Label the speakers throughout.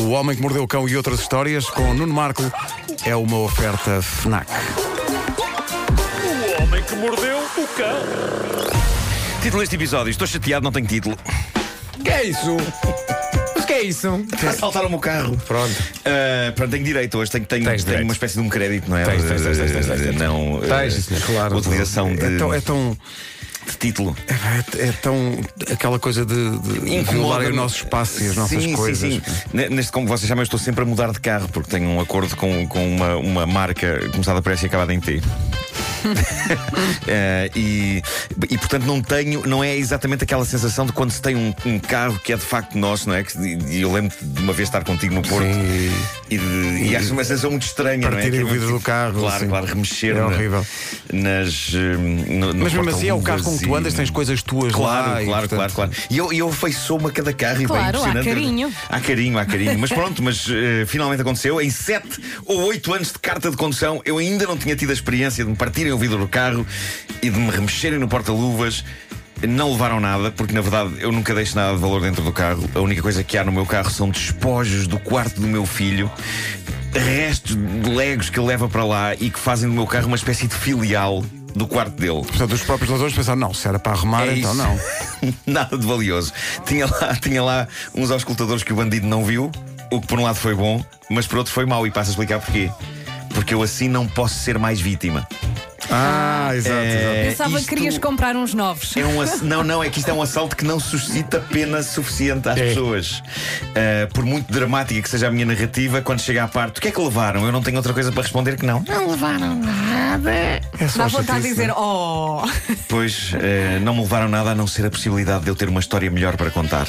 Speaker 1: O Homem que Mordeu o Cão e outras histórias com Nuno Marco é uma oferta FNAC.
Speaker 2: O homem que mordeu o cão.
Speaker 3: Título deste episódio. Estou chateado, não tenho título.
Speaker 4: Que é isso? Mas que é isso?
Speaker 3: Assaltaram-me o carro.
Speaker 4: Pronto.
Speaker 3: Ah, pronto, tenho direito hoje. Tenho, tenho,
Speaker 4: Tens
Speaker 3: tenho
Speaker 4: direito.
Speaker 3: uma espécie de um crédito, não é?
Speaker 4: Tens, tens, tens, tens, tens, tens, tens.
Speaker 3: Não. ah,
Speaker 4: Tens, claro. Então
Speaker 3: Utilização de,
Speaker 1: É tão. É tão,
Speaker 3: de título.
Speaker 1: é, é tão aquela coisa de, de violar o
Speaker 3: Incomoda-me.
Speaker 1: nosso espaço e as nossas
Speaker 3: sim,
Speaker 1: coisas.
Speaker 3: Sim, sim. Ne- Neste, como vocês chamam, eu estou sempre a mudar de carro porque tenho um acordo com, com uma, uma marca começada por S e acabada em T. Eh, e, e, portanto não tenho, não é exatamente aquela sensação de quando se tem um, um carro que é de facto nosso, não é? Que, e eu lembro de uma vez estar contigo no Porto
Speaker 1: Sim.
Speaker 3: e, de- e acho uma sensação muito estranha, não é?
Speaker 1: Partirem o
Speaker 3: Aquilo-
Speaker 1: vidro do carro,
Speaker 3: Claro,
Speaker 1: assim.
Speaker 3: claro, remexer.
Speaker 1: É
Speaker 3: na-
Speaker 1: horrível.
Speaker 3: Nas, eh, no- nos
Speaker 1: Mas mesmo assim é o carro com que tu
Speaker 3: porta-luvas
Speaker 1: andas,
Speaker 3: e-
Speaker 1: tens coisas tuas
Speaker 3: Claro,
Speaker 1: lá. e,
Speaker 3: claro,
Speaker 1: portanto,
Speaker 3: claro, claro. E eu, eu afeiçou-me a cada carro e bem
Speaker 5: Claro, há
Speaker 3: impressionante.
Speaker 5: carinho.
Speaker 3: Há carinho, há carinho. Mas pronto, mas eh, finalmente aconteceu. Em 7 ou 8 anos de carta de condução, eu ainda não tinha tido a experiência de me partirem o vidro do carro e de me remexerem no porta-luvas. Não levaram nada, porque na verdade eu nunca deixo nada de valor dentro do carro. A única coisa que há no meu carro são despojos do quarto do meu filho, restos de legos que ele leva para lá e que fazem do meu carro uma espécie de filial do quarto dele.
Speaker 1: Portanto, os próprios doutores pensaram, não, se era para arrumar,
Speaker 3: É
Speaker 1: então
Speaker 3: isso.
Speaker 1: não.
Speaker 3: Nada de valioso. Tinha lá, tinha lá uns auscultadores que o bandido não viu, o que por um lado foi bom, mas por outro foi mau, e passo a explicar porquê. Porque eu assim não posso ser mais vítima.
Speaker 1: Ah, exato,
Speaker 3: É,
Speaker 5: Pensava
Speaker 3: isto
Speaker 5: que querias comprar uns novos.
Speaker 3: é um ass- Não, não, é que isto é um assalto que não suscita pena suficiente às
Speaker 1: É.
Speaker 3: pessoas. Ah, por muito dramática que seja a minha narrativa, quando chega à parte, o que é que levaram? Eu não tenho outra coisa para responder que não.
Speaker 1: exato. É só
Speaker 5: Dá vontade de
Speaker 1: chatice,
Speaker 5: dizer,
Speaker 1: não é?
Speaker 5: oh,
Speaker 3: Pois eh, não me levaram nada a não ser a possibilidade de eu ter uma história melhor para contar.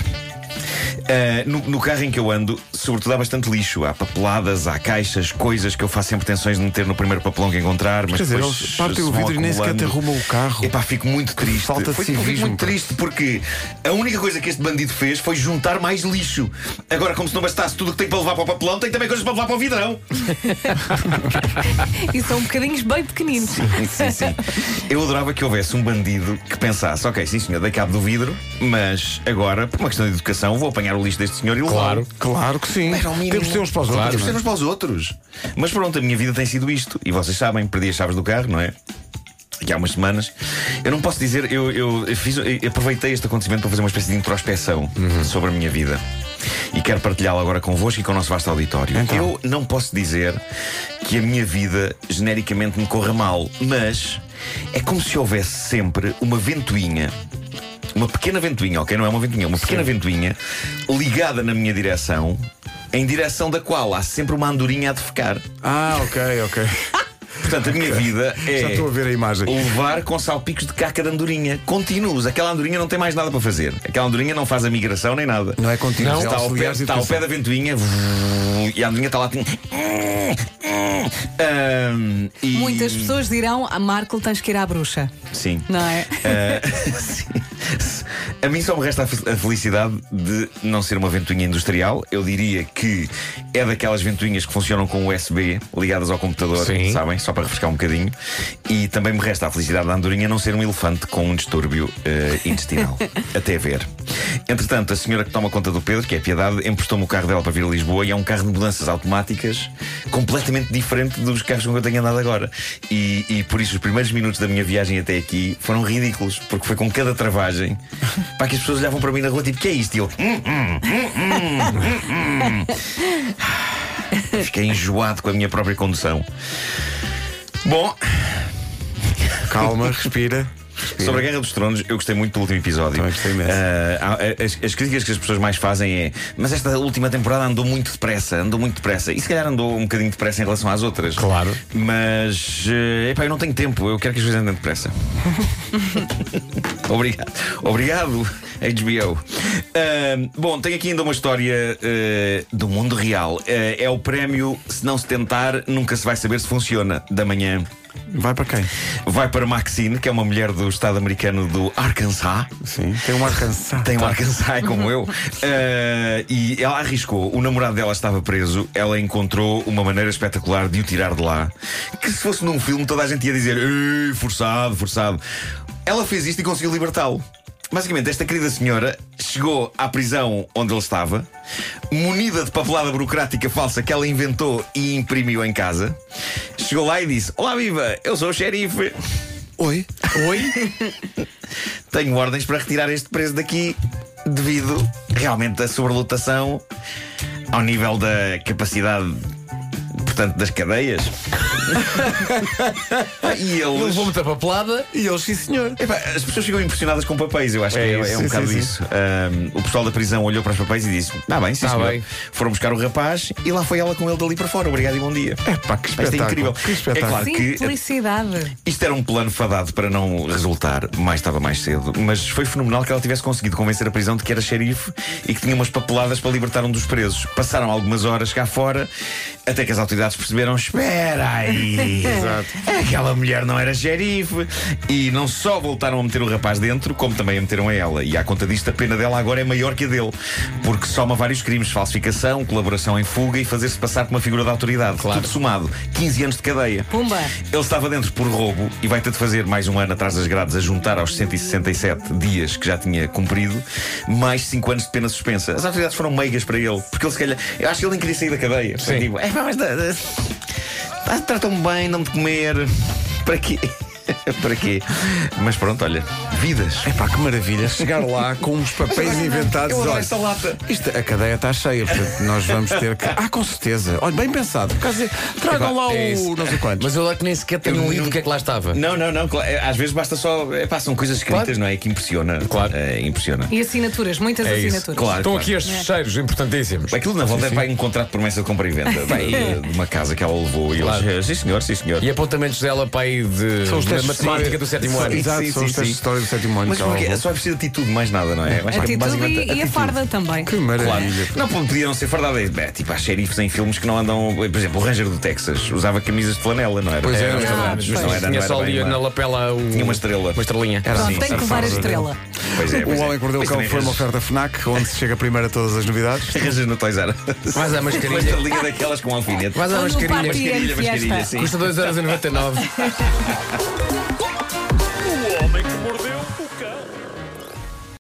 Speaker 3: Eh, no, no carro em que eu ando, sobretudo há bastante lixo. Há papeladas, há caixas, coisas que eu faço sempre tensões de meter no primeiro papelão que encontrar. Mas
Speaker 1: Quer dizer,
Speaker 3: depois
Speaker 1: eles partem
Speaker 3: se
Speaker 1: o
Speaker 3: vão
Speaker 1: vidro e nem sequer
Speaker 3: acumulando.
Speaker 1: te arrumam o carro.
Speaker 3: Epá, fico muito triste.
Speaker 1: falta de
Speaker 3: Foi- fico
Speaker 1: civismo,
Speaker 3: muito
Speaker 1: pá.
Speaker 3: triste porque a única coisa que este bandido fez foi juntar mais lixo. Agora, como se não bastasse tudo o que tem para levar para o papelão, tem também coisas para levar para o vidrão.
Speaker 5: e são bocadinhos bem pequeninos.
Speaker 3: sim, sim. Eu adorava que houvesse um bandido que pensasse: ok, sim senhor, dei cabo do vidro, mas agora, por uma questão de educação, vou apanhar o lixo deste senhor e levá-lo.
Speaker 1: Claro que sim.
Speaker 3: Era o mínimo.
Speaker 1: Temos de ter uns para os
Speaker 3: Claro,
Speaker 1: outros. é?
Speaker 3: Temos de ter uns para os outros. Mas pronto, a minha vida tem sido isto. E vocês sabem, perdi as chaves do carro, não é? Aqui há umas semanas. Eu não posso dizer, eu, eu, fiz- eu aproveitei este acontecimento para fazer uma espécie de introspecção
Speaker 1: Uhum.
Speaker 3: sobre a minha vida. E quero partilhá-lo agora convosco e com o nosso vasto auditório.
Speaker 1: Então.
Speaker 3: Eu não posso dizer que a minha vida genericamente me corra mal, mas é como se houvesse sempre uma ventoinha uma pequena ventoinha, ok? Não é uma ventoinha, uma pequena ventoinha ligada na minha direção, em direção da qual há sempre uma andorinha a defecar.
Speaker 1: Ah, ok, ok.
Speaker 3: Portanto, a minha vida é.
Speaker 1: Já estou a ver a imagem.
Speaker 3: Levar com salpicos de caca de andorinha. Contínuos. Aquela andorinha não tem mais nada para fazer. Aquela andorinha não faz a migração nem nada.
Speaker 1: Não é contínuos, é
Speaker 3: está, ao pé,
Speaker 1: auxiliares de
Speaker 3: está ao
Speaker 1: educação.
Speaker 3: pé da ventoinha e a andorinha está lá. assim, hum, Tem... Ahm, hum, e-
Speaker 5: Muitas pessoas dirão, a Marco, tens que ir à bruxa.
Speaker 3: Sim.
Speaker 5: Não é?
Speaker 3: Ah, sim. a mim só me resta a fe- a felicidade de não ser uma ventoinha industrial. Eu diria que é daquelas ventoinhas que funcionam com USB ligadas ao computador,
Speaker 4: Sim.
Speaker 3: sabem? Só para refrescar um bocadinho. E também me resta a felicidade da andorinha não ser um elefante com um distúrbio eh, intestinal. Até ver. Entretanto, a senhora que toma conta do Pedro, que é a Piedade, emprestou-me o carro dela para vir a Lisboa e é um carro de mudanças automáticas completamente diferente dos carros com que eu tenho andado agora. E, e por isso os primeiros minutos da minha viagem até aqui foram ridículos, porque foi com cada travagem para que as pessoas olhavam para mim na rua tipo: que é isto? E eu. "Hum, hum, hum, hum, hum, hum." Fiquei enjoado com a minha própria condução. Bom,
Speaker 1: Calma, respira. respira.
Speaker 3: Sobre a Guerra dos Tronos, eu gostei muito do último episódio.
Speaker 1: Também gostei imenso.
Speaker 3: Ah, há- as, as críticas que as pessoas mais fazem é: mas esta última temporada andou muito depressa, andou muito depressa. E se calhar andou um bocadinho depressa em relação às outras.
Speaker 4: Claro.
Speaker 3: Mas, eh, epá, eu não tenho tempo, eu quero que as coisas andem depressa. Obrigado. Obrigado, HBO. Ahm, Ah, bom, tenho aqui ainda uma história eh, do mundo real. Eh, é o prémio Se Não Se Tentar, Nunca Se Vai Saber Se Funciona, da manhã.
Speaker 1: Vai para quem?
Speaker 3: Vai para Maxine, que é uma mulher do estado americano do Arkansas.
Speaker 1: Sim. Tem um ar cansado.
Speaker 3: Tem um Arkansas como eu. Eh, e ela arriscou. O namorado dela estava preso. Ela encontrou uma maneira espetacular de o tirar de lá. Que se fosse num filme, toda a gente ia dizer: "Ei, forçado, forçado. Ela fez isto e conseguiu libertá-lo. Basicamente, esta querida senhora chegou à prisão onde ele estava, munida de papelada burocrática falsa que ela inventou e imprimiu em casa. Chegou lá e disse: Olá, viva, eu sou o xerife.
Speaker 1: Oi? Oi?
Speaker 3: Tenho ordens para retirar este preso daqui devido realmente à sobrelotação ao nível da capacidade, portanto, das cadeias. e eles.
Speaker 4: Levou muita papelada.
Speaker 1: E eles, sim, senhor.
Speaker 3: Epá, as pessoas ficam impressionadas com papéis, eu acho
Speaker 4: É
Speaker 3: que é,
Speaker 4: isso,
Speaker 3: é um
Speaker 4: sim,
Speaker 3: bocado
Speaker 4: sim, sim.
Speaker 3: isso. Ahm, o pessoal da prisão olhou para os papéis e disse: Está bem, sim,
Speaker 4: Tá
Speaker 3: senhor."
Speaker 4: bem.
Speaker 3: Foram buscar o rapaz e lá foi ela com ele dali para fora. Obrigado e bom dia.
Speaker 1: Epá, que
Speaker 3: Isto é
Speaker 1: espetáculo,
Speaker 3: incrível.
Speaker 1: que espetáculo.
Speaker 3: É claro
Speaker 5: Sim,
Speaker 3: que
Speaker 5: publicidade.
Speaker 3: isto era um plano fadado para não resultar mais tarde ou mais cedo, mas foi fenomenal que ela tivesse conseguido convencer a prisão de que era xerife e que tinha umas papeladas para libertar um dos presos. Passaram algumas horas cá fora, até que as autoridades perceberam: espera aí, aquela mulher não era xerife. E não só voltaram a meter o rapaz dentro, como também a meteram a ela. E à conta disto, a pena dela agora é maior que a dele, porque soma vários crimes: falsificação, colaboração em fuga e fazer-se passar por uma figura da autoridade. Tudo somado: 15 anos de cadeia.
Speaker 5: Pumba.
Speaker 3: Ele estava dentro por roubo e vai ter de fazer mais um ano atrás das grades a juntar aos 167 dias que já tinha cumprido, mais 5 anos de pena suspensa. As autoridades foram meigas para ele, porque ele se calhar. Eu acho que ele nem queria sair da cadeia. Foi tipo, é, pá, mas dá- dá- tratam-me bem, dão-me de comer. Para quê? para quê? Mas pronto, olha, vidas.
Speaker 1: Epá, que maravilha. Chegar lá com uns papéis inventados.
Speaker 3: Eu adoro
Speaker 1: olha,
Speaker 3: esta lata.
Speaker 1: Isto, a cadeia está cheia, portanto, nós vamos ter que. Ah, com certeza. Olha, bem pensado. Por causa de- Tragam lá
Speaker 4: É isso.
Speaker 1: o. não sei quantos.
Speaker 4: Mas eu lá que nem sequer tenho lido o que é que lá estava.
Speaker 3: Não, não, não. cla- eh, Às vezes basta só. É, pá, são coisas escritas,
Speaker 4: Claro.
Speaker 3: não é? Que impressiona.
Speaker 4: Claro.
Speaker 3: É, impressiona.
Speaker 5: E assinaturas, muitas
Speaker 4: É isso,
Speaker 5: assinaturas.
Speaker 3: Claro.
Speaker 4: Estão aqui estes fecheiros importantíssimos.
Speaker 3: Aquilo na volta vai um contrato de promessa de compra e venda de, de uma casa que ela levou e
Speaker 4: Claro.
Speaker 3: eles, sim senhor, sim senhor.
Speaker 4: E apontamentos dela para aí de
Speaker 1: São os
Speaker 4: da
Speaker 1: testes
Speaker 4: matemática
Speaker 1: de-
Speaker 4: do sétimo ano.
Speaker 1: Sim. Exato, são os testes de história do sétimo ano,
Speaker 3: Mas
Speaker 1: que ela
Speaker 3: porquê?
Speaker 1: levou.
Speaker 3: Só é preciso atitude, mais nada, não é? Mas,
Speaker 5: Atitude
Speaker 3: basicamente,
Speaker 5: e, e a
Speaker 3: atitude.
Speaker 5: farda também.
Speaker 1: Que
Speaker 3: Claro.
Speaker 1: maravilha.
Speaker 3: Não podiam ser fardadas. É, tipo, há xerifes em filmes que não andam. Por exemplo, o Ranger do Texas usava camisas de flanela, não era?
Speaker 1: Pois era,
Speaker 3: mas
Speaker 1: mas
Speaker 3: não
Speaker 1: não-
Speaker 3: era, mas
Speaker 4: Mas
Speaker 3: não era, não
Speaker 4: tinha
Speaker 3: era
Speaker 4: só
Speaker 3: bem
Speaker 4: ali
Speaker 3: uma-
Speaker 4: na lapela um-
Speaker 3: Tinha uma estrela. assim,
Speaker 4: Uma estrelinha.
Speaker 1: Era
Speaker 5: Pronto,
Speaker 1: Sim,
Speaker 5: tem que
Speaker 1: sim,
Speaker 5: levar a
Speaker 1: sim.
Speaker 5: estrela.
Speaker 3: Pois é,
Speaker 1: O
Speaker 3: pois é.
Speaker 1: Homem que Mordeu o
Speaker 3: Pois
Speaker 1: Cão
Speaker 3: também
Speaker 1: foi uma
Speaker 3: Ranger-
Speaker 1: oferta FNAC, onde se chega primeiro a todas as novidades.
Speaker 3: Ranger no Toys R Us.
Speaker 4: Mas há
Speaker 3: Uma
Speaker 4: mascarinha.
Speaker 3: estrelinha daquelas com alfinete.
Speaker 4: Mas há
Speaker 5: Quando o
Speaker 4: mascarinha.
Speaker 5: party é
Speaker 3: Mascarilha,
Speaker 5: em
Speaker 3: mascarilha,
Speaker 5: fiesta.
Speaker 3: sim.
Speaker 4: Custa 2,99€.